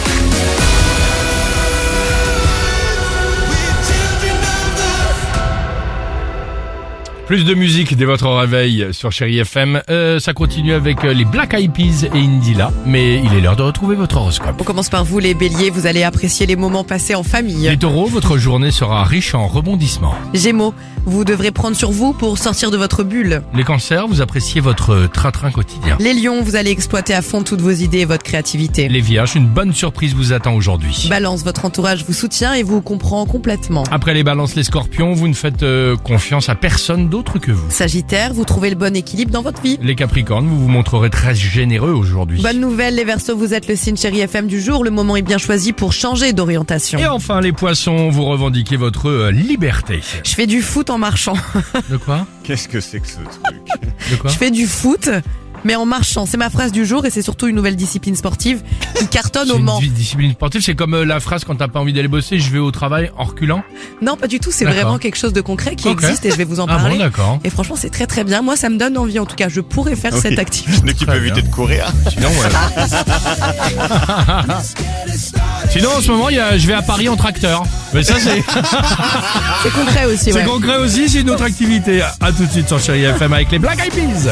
Plus de musique dès votre réveil sur Chéri FM. Euh, ça continue avec euh, les Black Eyed Peas et Indila. Mais il est l'heure de retrouver votre horoscope. On commence par vous les béliers, vous allez apprécier les moments passés en famille. Les taureaux, votre journée sera riche en rebondissements. Gémeaux, vous devrez prendre sur vous pour sortir de votre bulle. Les cancers, vous appréciez votre train-train quotidien. Les lions, vous allez exploiter à fond toutes vos idées et votre créativité. Les vierges, une bonne surprise vous attend aujourd'hui. Balance, votre entourage vous soutient et vous comprend complètement. Après les balances, les scorpions, vous ne faites euh, confiance à personne d'autre que vous. Sagittaire, vous trouvez le bon équilibre dans votre vie. Les capricornes, vous vous montrerez très généreux aujourd'hui. Bonne nouvelle, les Verseaux, vous êtes le signe chéri FM du jour. Le moment est bien choisi pour changer d'orientation. Et enfin les poissons, vous revendiquez votre euh, liberté. Je fais du foot en marchant. De quoi Qu'est-ce que c'est que ce truc De quoi Je fais du foot, mais en marchant. C'est ma phrase du jour et c'est surtout une nouvelle discipline sportive qui cartonne C'est au une Mans. di- discipline sportive, c'est comme euh, la phrase quand t'as pas envie d'aller bosser, je vais au travail en reculant. Non, pas du tout. C'est D'accord. vraiment quelque chose de concret qui Ok. existe et je vais vous en Ah bon, parler. d'accord. et franchement, c'est très très bien. Moi, ça me donne envie. En tout cas, je pourrais faire Oui. cette activité. Mais tu peux Très éviter bien. de courir. Sinon, ouais. Sinon, en ce moment, il y a, je vais à Paris en tracteur. Mais ça, c'est C'est concret aussi. c'est ouais. concret aussi, c'est une autre activité. À tout de suite sur Chéri FM avec les Black Eyed Peas.